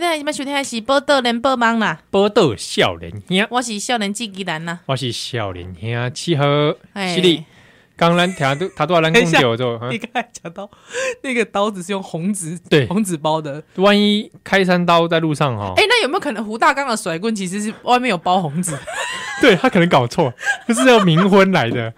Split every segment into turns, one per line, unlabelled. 咱今麦收听的是《报道联播网》啦，
报道少年兄，
我是少年纪纪人
啊
啦。
我是少年兄七号，
哎
是你。刚咱 听都，他都要咱讲掉之后，哈
你刚才讲到那个刀子是用红纸
对
红纸包的，
万一开山刀在路上哈
哎、，那有没有可能胡大刚的甩棍其实是外面有包红纸？
对他可能搞错，不是要冥婚 来的，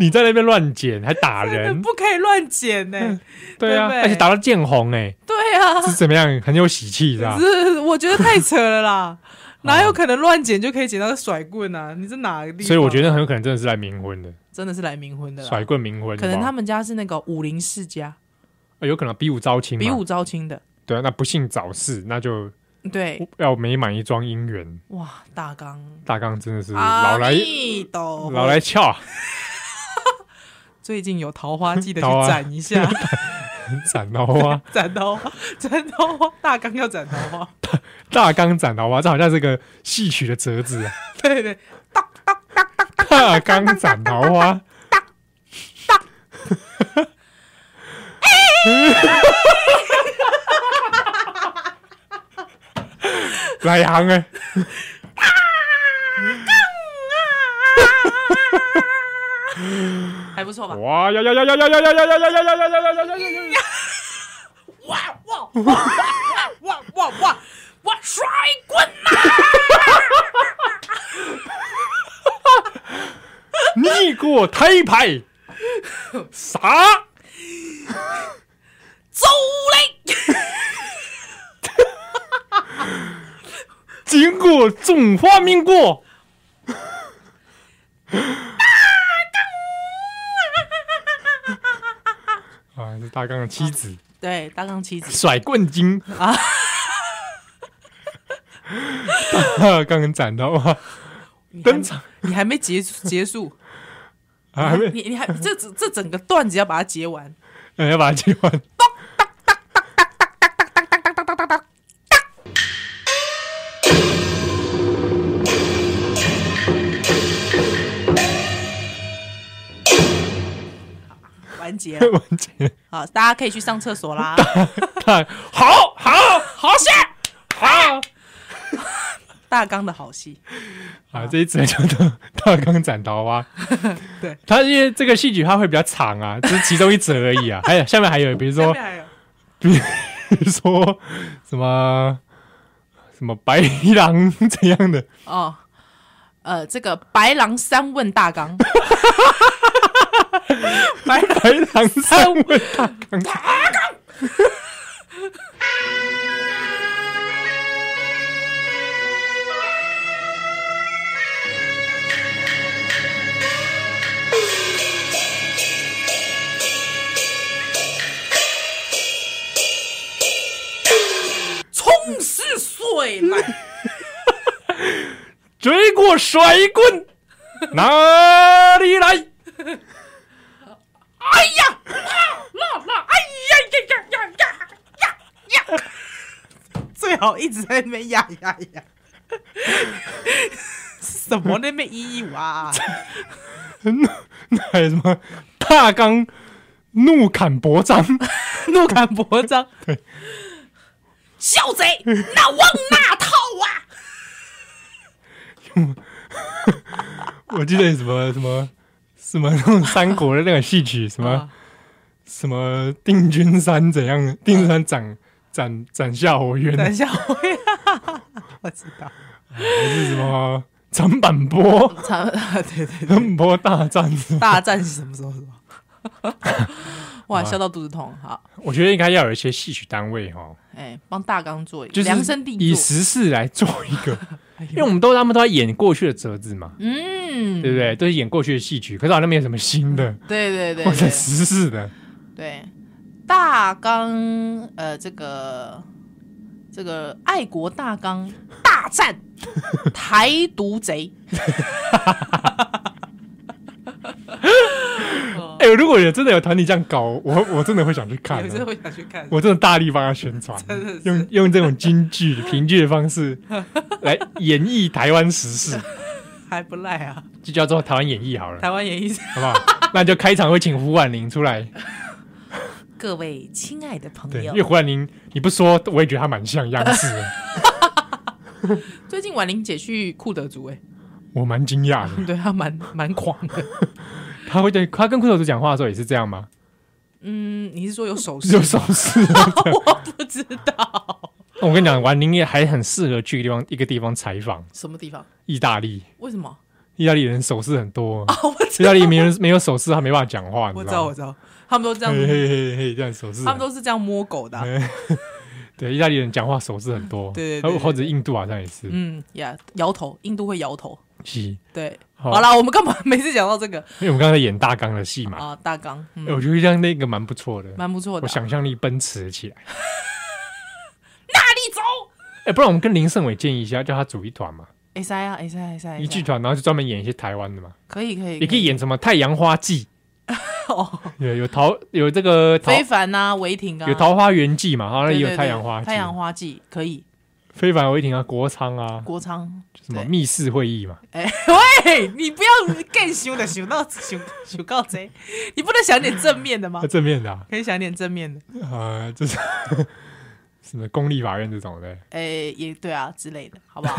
你在那边乱捡还打人，
不可以乱剪呢、
对啊，
对不对
而且打到见红哎，
嗯对啊，
是怎么样，很有喜气是吧？
是我觉得太扯了 啦，哪有可能乱剪就可以剪到甩棍啊？你这哪个地方？
所以我觉得很有可能真的是来冥婚的，
真的是来冥婚的啦，
甩棍冥婚，
可能他
们
们家是那个武林世家，
有可能比武招亲嘛，
比武招亲的。
对啊，那不幸早逝，那就
对，
要美满一桩姻缘。
哇，大纲
大纲真的是
啊
老来
斗
老来俏，
最近有桃花，记得去
桃花
斩一下，
斩桃花，
斩桃花，斩桃花，大纲要斩桃花。
大纲斩桃花，这好像是个戏曲的折子啊。
对对，
大纲斩桃花，来行哎，
还不错吧？
哇呀呀呀呀呀呀呀呀呀呀呀呀呀呀呀呀！
哇哇哇哇哇哇哇！甩棍呐！
你给我抬牌，啥？
走嘞！
经过中华民国。 啊，是大纲的妻子，
对，大纲妻子
甩棍精啊！大纲斩到啊，
你还
登场
你还没结束结束，
啊，还没，
你你还这这这整个段子要把它结完。
哎要把它接完。。
完结了
完结，
好，大家可以去上厕所啦。
看，好好好戏，好
大纲的好戏，
啊！这一次就到大纲斩桃花。
对，
它因为这个戏曲它会比较长啊，只是其中一折而已啊。 还有下面还有，比如
下
说
面还有
比如说什么什么白狼怎样的，
哦，呃，这个白狼三问大纲，白狼
白狼三问大纲，
冲是水来，
追过甩 棍，哪里来？
哎呀，啦啦啦，哎呀呀呀呀呀呀呀！最好一直在那边呀呀呀。什么那边一一五啊？
那那还有什么大纲怒砍伯章，
怒砍伯章，
小贼，那往哪逃啊？
我记得有什么什么什么那种三国的那个戏曲，什么
啊
什么定军山怎样的，定军山斩 斩斩下火冤，
等一
还
下，我 我知道，
是什么长坂坡
差不多对对对
长坂坡 大战什么
大战是什么 时候？什么？哇，笑到肚子痛。好，
我觉得应该要有一些戏曲单位哈、哦，
哎，帮大纲做一个，
就是
量身定
以
做。
时事来做一个， 因为
呦
我们都他们都在演过去的折子嘛，
嗯，
对不对？都是演过去的戏曲，可是好像没有什么新的
对对嗯对
或者
对
时事的。
对，大纲呃，这个这个爱国大纲大战台独贼，
哎、如果有真的有团体这样搞，我我真的会想去看
有
啊、
时候 会想去看。
我真的大力帮他宣传
真的，是
用用这种京剧 评剧的方式来演绎台湾时事，
还不赖啊，
就叫做台湾演绎好了，
台湾演艺
好不好？那就开场会请胡婉玲出来，
各位亲爱的朋
对，因
友
为，胡兰宁你不说，我也觉得他蛮像央视的，
最近婉玲姐去库德族、欸，
我蛮惊讶的。
哎，对她蛮蛮狂的。
他会对他跟库头族讲话的时候也是这样 吗？
嗯，你是说有手势？
有手势。
我不知道
我跟你讲，婉宁也还很适合去一个地方一个地方采访，
什么地方？
意大利。
为什么？
意大利人手势很 多，
啊，我
意
知
大利没人没有手势，他没办法讲话，
我
你
知道，
吗
我？知道，他们都这样，
嘿嘿嘿嘿，这样手势很，
他们都是这样摸狗的啊、
对意大利人讲话手势很多，
对对对对
或者印度好像也是，
嗯呀，摇头，印度会摇头。
是。
对，
好
好啦，我们干嘛每次讲到 这个
因为我们刚才演大纲的戏嘛，
啊？大纲，
欸
嗯，
我觉得这样那个蛮不错的，
蛮不错的
我
啊。
想象力奔驰起来。
大力啊走
哎，不然我们跟林胜伟建议一下，叫他组一团嘛，
？A 塞啊，A
哎
塞，A 塞，
一剧团，然后就专门演一些台湾的嘛，
可以可以，
也可以演什么《太阳花季》
哦，
有有桃有这个桃
非凡啊，违停啊，
有《桃花源记》嘛，好像
对
也有
对
《太
对
阳花季》。
太阳花季可以，
非凡违停啊，国昌啊，
国昌。
什么
对
密室会议嘛，
哎、喂， 你不要更想的想到想想到这，你不能想点正面的吗
啊？正面的啊，
可以想点正面的，
呃，就是什么公立法院这种的，
哎、也对啊之类的， 好不好？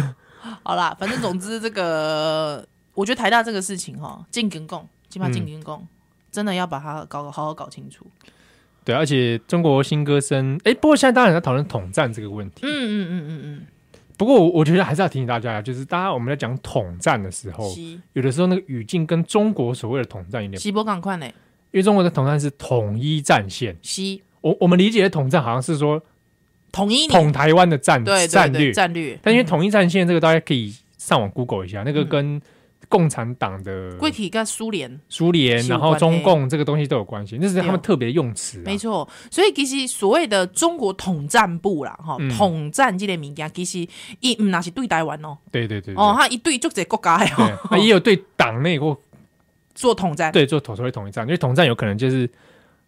好啦，反正总之这个，我觉得台大这个事情哈，进跟共，起
嗯
码进跟共，真的要把它搞好好搞清楚。
对，啊而且中国新歌声，哎，不过现在当然在讨论统战这个问题，
嗯嗯嗯嗯
不过我我觉得还是要提醒大家，啊就是大家我们在讲统战的时
嗯，
候，
西
有的时候那个语境跟中国所谓的统战有点，
西波赶快呢，
因为中国的统战是统一战线，
西
我我们理解的统战好像是说
统一你，
统台湾的战
对对
战略
对，，战略，嗯
但因为统一战线这个大家可以上网 Google 一下，那个跟共产党的
贵体跟苏联。
苏联，
是有
然后
关
中
嘿
共这个东西都有关系，那是他
对
们
哦
特别的用词、啊，
没错，所以其实所谓的中国统战部啦，哈、
嗯
统战这类物件，其实伊唔那是对台湾哦，
对对对对
哦，他一对就这国家的
对啊
哦，，
那也有对党内或
做统战，
对做统所谓统一战，因为统战有可能就是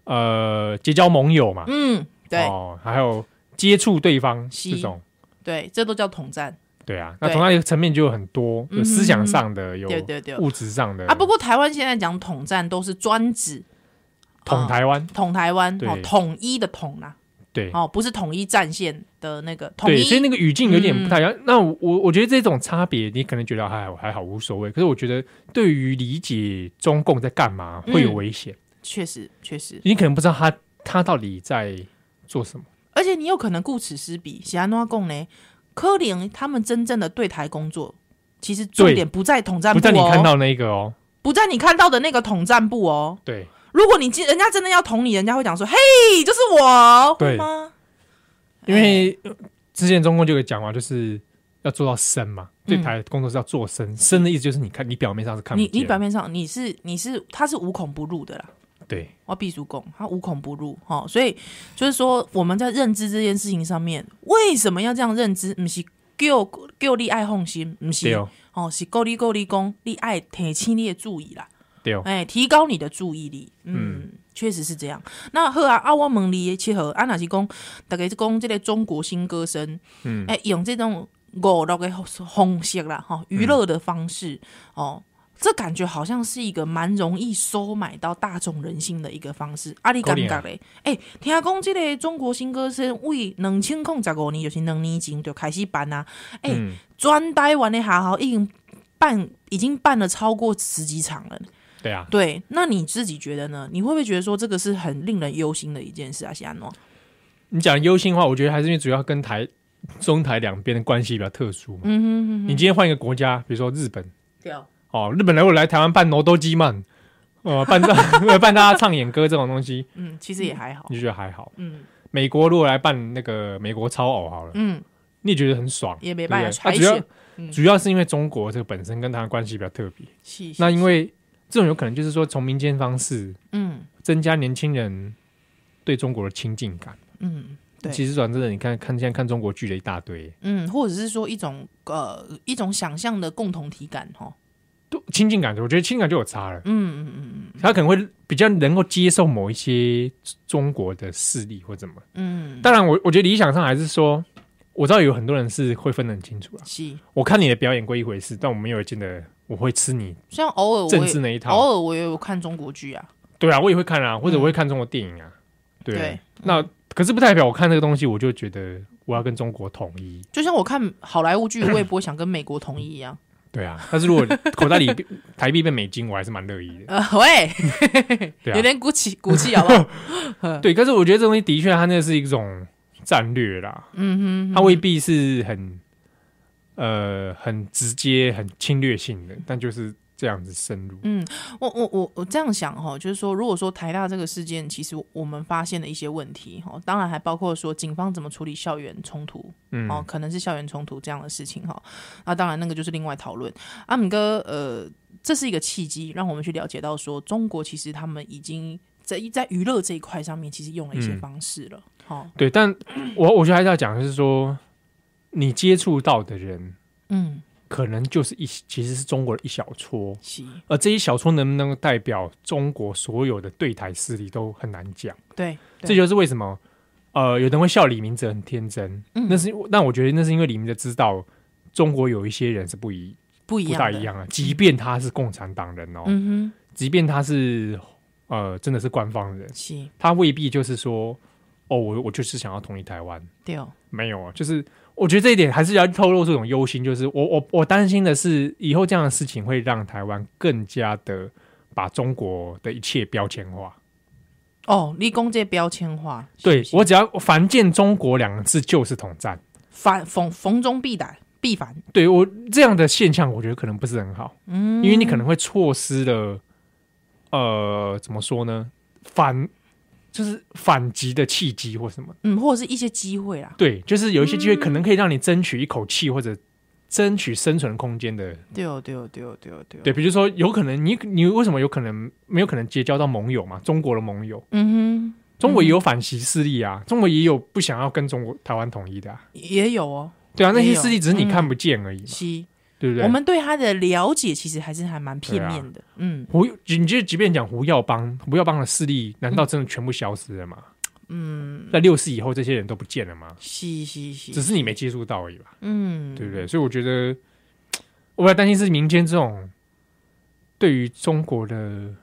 呃结交盟友嘛，
嗯，对、
哦，还有接触对方
是
这种，
对，这都叫统战，
对啊，那
对
统战有层面就有很多，有
嗯
思想上的，有
对对对。
物质上的
啊，不过台湾现在讲统战都是专指
统台湾，
统台湾
对
哦，统一的统啦，
对
哦，不是统一战线的那个统
对，
一，
所以那个语境有点
嗯
不太一样。那我我我觉得这种差别，你可能觉得还好还好无所谓，可是我觉得对于理解中共在干嘛会有
嗯
危险，
确实确实，
你可能不知道他他到底在做什么。
而且你有可能顾此失彼，喜安诺贡呢，科林他们真正的对台工作。其实重
对
点不在统战部、
不
哦，
但你看到那个哦，
不在你看到的那个统战部哦。
对，
如果你今人家真的要捅你，人家会讲说：“嘿，就是我，
对
会吗？”哎
因为之前中共就有讲嘛，就是要做到深嘛，对台工作是要做深，深的意思就是你看你表面上是看不
嗯你
见，
你表面上你是你是他是无孔不入的啦，
对
我必主共他无孔不入哈、齁所以就是说我们在认知这件事情上面，为什么要这样认知？不是救救你爱红心，不是
对哦
哦，是够力够力功，你爱提起你的注意啦，
对哦，
哎、提高你的注意力，嗯。确实是这样。那好啊，啊，我问你切合啊，若是讲大概是讲这个中国新歌声，
嗯
哎、用这种五六个方式啦，哈，娱乐的方式、哦，这感觉好像是一个蛮容易收买到大众人心的一个方式。啊，你感觉
可
嘞？哎、听讲这个中国新歌声为两千零十五年，就是两年前就开始办啊，哎、
嗯，
专台湾的还好已经办已经办了超过十几场了。
对啊，
对，那你自己觉得呢？你会不会觉得说这个是很令人忧心的一件事啊？谢安诺，
你讲忧心的话，我觉得还是因为主要跟台中台两边的关系比较特殊嘛。
嗯哼哼，
你今天换一个国家，比如说日本，
对，
哦，日本来我来台湾办挪多基曼，呃，办大 办大家唱演歌这种东西，
嗯，其实也还好，
你就觉得还好。
嗯
美国如果来办那个美国超偶好了，
嗯，
你也觉得很爽，
也没
对不
办
对
法，
啊主要
还嗯
主要是因为中国这个本身跟它的关系比较特别。
是
那因为这种有可能就是说从民间方式
嗯
增加年轻人对中国的亲近感。
嗯对
其实转真的，你看看现在看中国剧的一大堆，
嗯，或者是说一种呃一种想象的共同体感哈，
都亲近感，我觉得亲近感就有差了。
嗯嗯嗯
他可能会比较能够接受某一些中国的势力或怎么。
嗯，
当然我，我觉得理想上还是说，我知道有很多人是会分得很清楚啊。
是
我看你的表演归一回事，但我没有见得我会吃你
像哦偶尔我
政治
也
那一套。
偶尔我也有看中国剧啊，
对啊，我也会看啊，或者我会看中国电影啊。对
嗯
啊
对
那可是不代表我看这个东西，我就觉得我要跟中国统一。
就像我看好莱坞剧，我也不会想跟美国统一一样。
对啊，但是如果口袋里 台币变美金，我还是蛮乐意的。
呃，喂，
对
有
啊，
点骨气骨气好不 好？
对，但是我觉得这东西的确，它那是一种战略啦，
嗯哼，
它未必是很呃很直接、很侵略性的，但就是这样子深入。
我我我我这样想哈，就是说，如果说台大这个事件，其实我们发现了一些问题哈，当然还包括说警方怎么处理校园冲突，
嗯，
哦，可能是校园冲突这样的事情哈。那、当然，那个就是另外讨论。阿姆哥，呃，这是一个契机，让我们去了解到说，中国其实他们已经在在娱乐这一块上面，其实用了一些
嗯
方式了。好、
对，但我我觉得还是要讲，就是说你接触到的人，
嗯，
可能就是一其实是中国的一小撮，
是，
而这一小撮能不能够代表中国所有的对台势力都很难讲。
对，
这就是为什么，呃，有的人会笑李明哲很天真，
嗯
那是但我觉得那是因为李明哲知道中国有一些人是不一
不一
不
样，
大一。样啊，即便他是共产党人哦，
嗯
即便他是呃真的是官方人
哼，，是，
他未必就是说哦，我我就是想要统一台湾，
对哦，
没有啊，就是。我觉得这一点还是要透露这种忧心，就是我我我担心的是，以后这样的事情会让台湾更加的把中国的一切标签化。
哦，立功这标签化，是
对
是
我只要凡见中国两个字就是统战，
反逢逢中必打必反，
对我这样的现象，我觉得可能不是很好，
嗯，
因为你可能会错失了，呃，怎么说呢？反就是反击的契机或什么，
嗯，或者是一些机会啦，
对，就是有一些机会
嗯
可能可以让你争取一口气或者争取生存空间的，
对哦，对哦，对哦，对哦，对哦，
对，比如说有可能你你为什么有可能没有可能结交到盟友嘛？中国的盟友，
嗯哼，
中国也有反习势力啊，中国也有不想要跟中国台湾统一的、啊，
也有哦，
对啊，那
也
些
有
势力只是你
嗯
看不见而已嘛，
是。
对不啊对？
我们对他的了解其实还是还蛮片面的。嗯
胡，你就即便讲胡耀邦，胡耀邦的势力难道真的全部消失了吗？
嗯，
在六四以后，这些人都不见了吗？
是是是，
只是你没接触到而已吧，
嗯，
对不对？所以我觉得，我比较担心是民间这种对于中国的，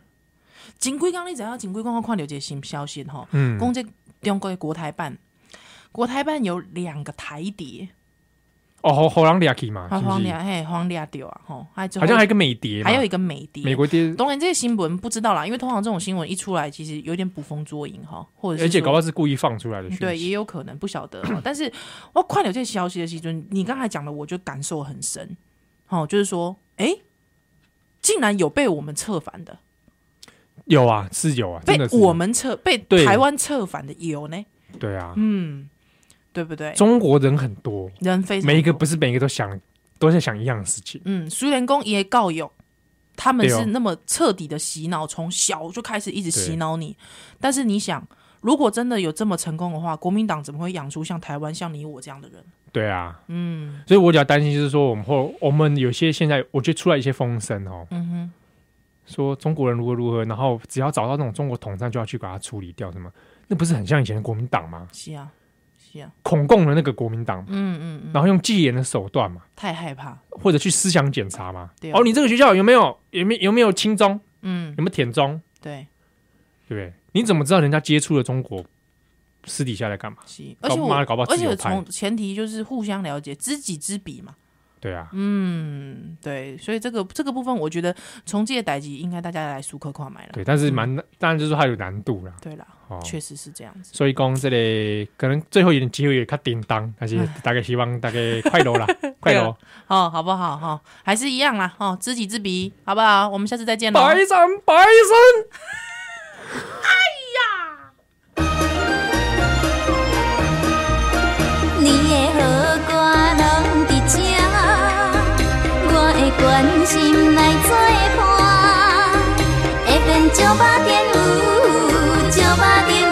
金龟刚你知道啊金龟刚刚看到一个新消息吼，
嗯，
讲这中国的国台办，国台办有两个台谍，
哦，侯侯朗利亚基嘛，
啊
是不
黄
是？
俩嘿黄俩掉啊吼，还
好像还有一个美谍嘛，
还有一个美谍，
美国谍，
当然这些新闻不知道啦，因为通常这种新闻一出来，其实有点捕风捉影哈，或者是
而且
说
搞不好是故意放出来的
嗯
讯
对，
息。
也有可能不晓得哦。但是我看了这消息的时阵，你刚才讲的，我就感受很深。哦，就是说，哎，竟然有被我们策反的，
有啊，是有啊，
被
真的是有
我们策被
对
台湾策反的有呢，
对啊，
嗯，对不对？
中国人很多，
人非常
每一个
多
不是每一个都想都在想一样的事情，
嗯，虽然公也告有，他们
对哦
是那么彻底的洗脑，从小就开始一直
对
洗脑你。但是你想，如果真的有这么成功的话，国民党怎么会养出像台湾像你我这样的人？
对啊，
嗯
所以我比较担心，就是说我们后我们有些现在，我觉得出来一些风声哦，
嗯哼，
说中国人如何如何，然后只要找到那种中国统战，就要去把它处理掉，什么？那不是很像以前的国民党吗？
是啊，是啊，
恐共的那个国民党，
嗯嗯嗯，
然后用戒严的手段嘛，
太害怕，
或者去思想检查嘛。
对啊
哦，你这个学校有没有有没有有没有亲中，
嗯，
有没有舔中，
对，
对不对？你怎么知道人家接触了中国私底下在干嘛？
是，
搞
而且我
妈的搞不好
而
自由
且
派
从前提就是互相了解，知己知彼嘛。
对啊，
嗯，对，所以这个这个部分，我觉得从这个代际应该大家来舒克跨买了。
对，但是蛮当然就是说它有难度啦。
对啦，
哦，
确实是这样子。
所以讲这里可能最后一点机会也较叮当，但是大概希望大家快乐啦，快乐。
哦，好不好？哈、哦，还是一样啦，哦，知己知彼，好不好？我们下次再见喽。
白山，白山。
你的好歌拢伫这，我的关心来作伴，会变石巴电有，石巴电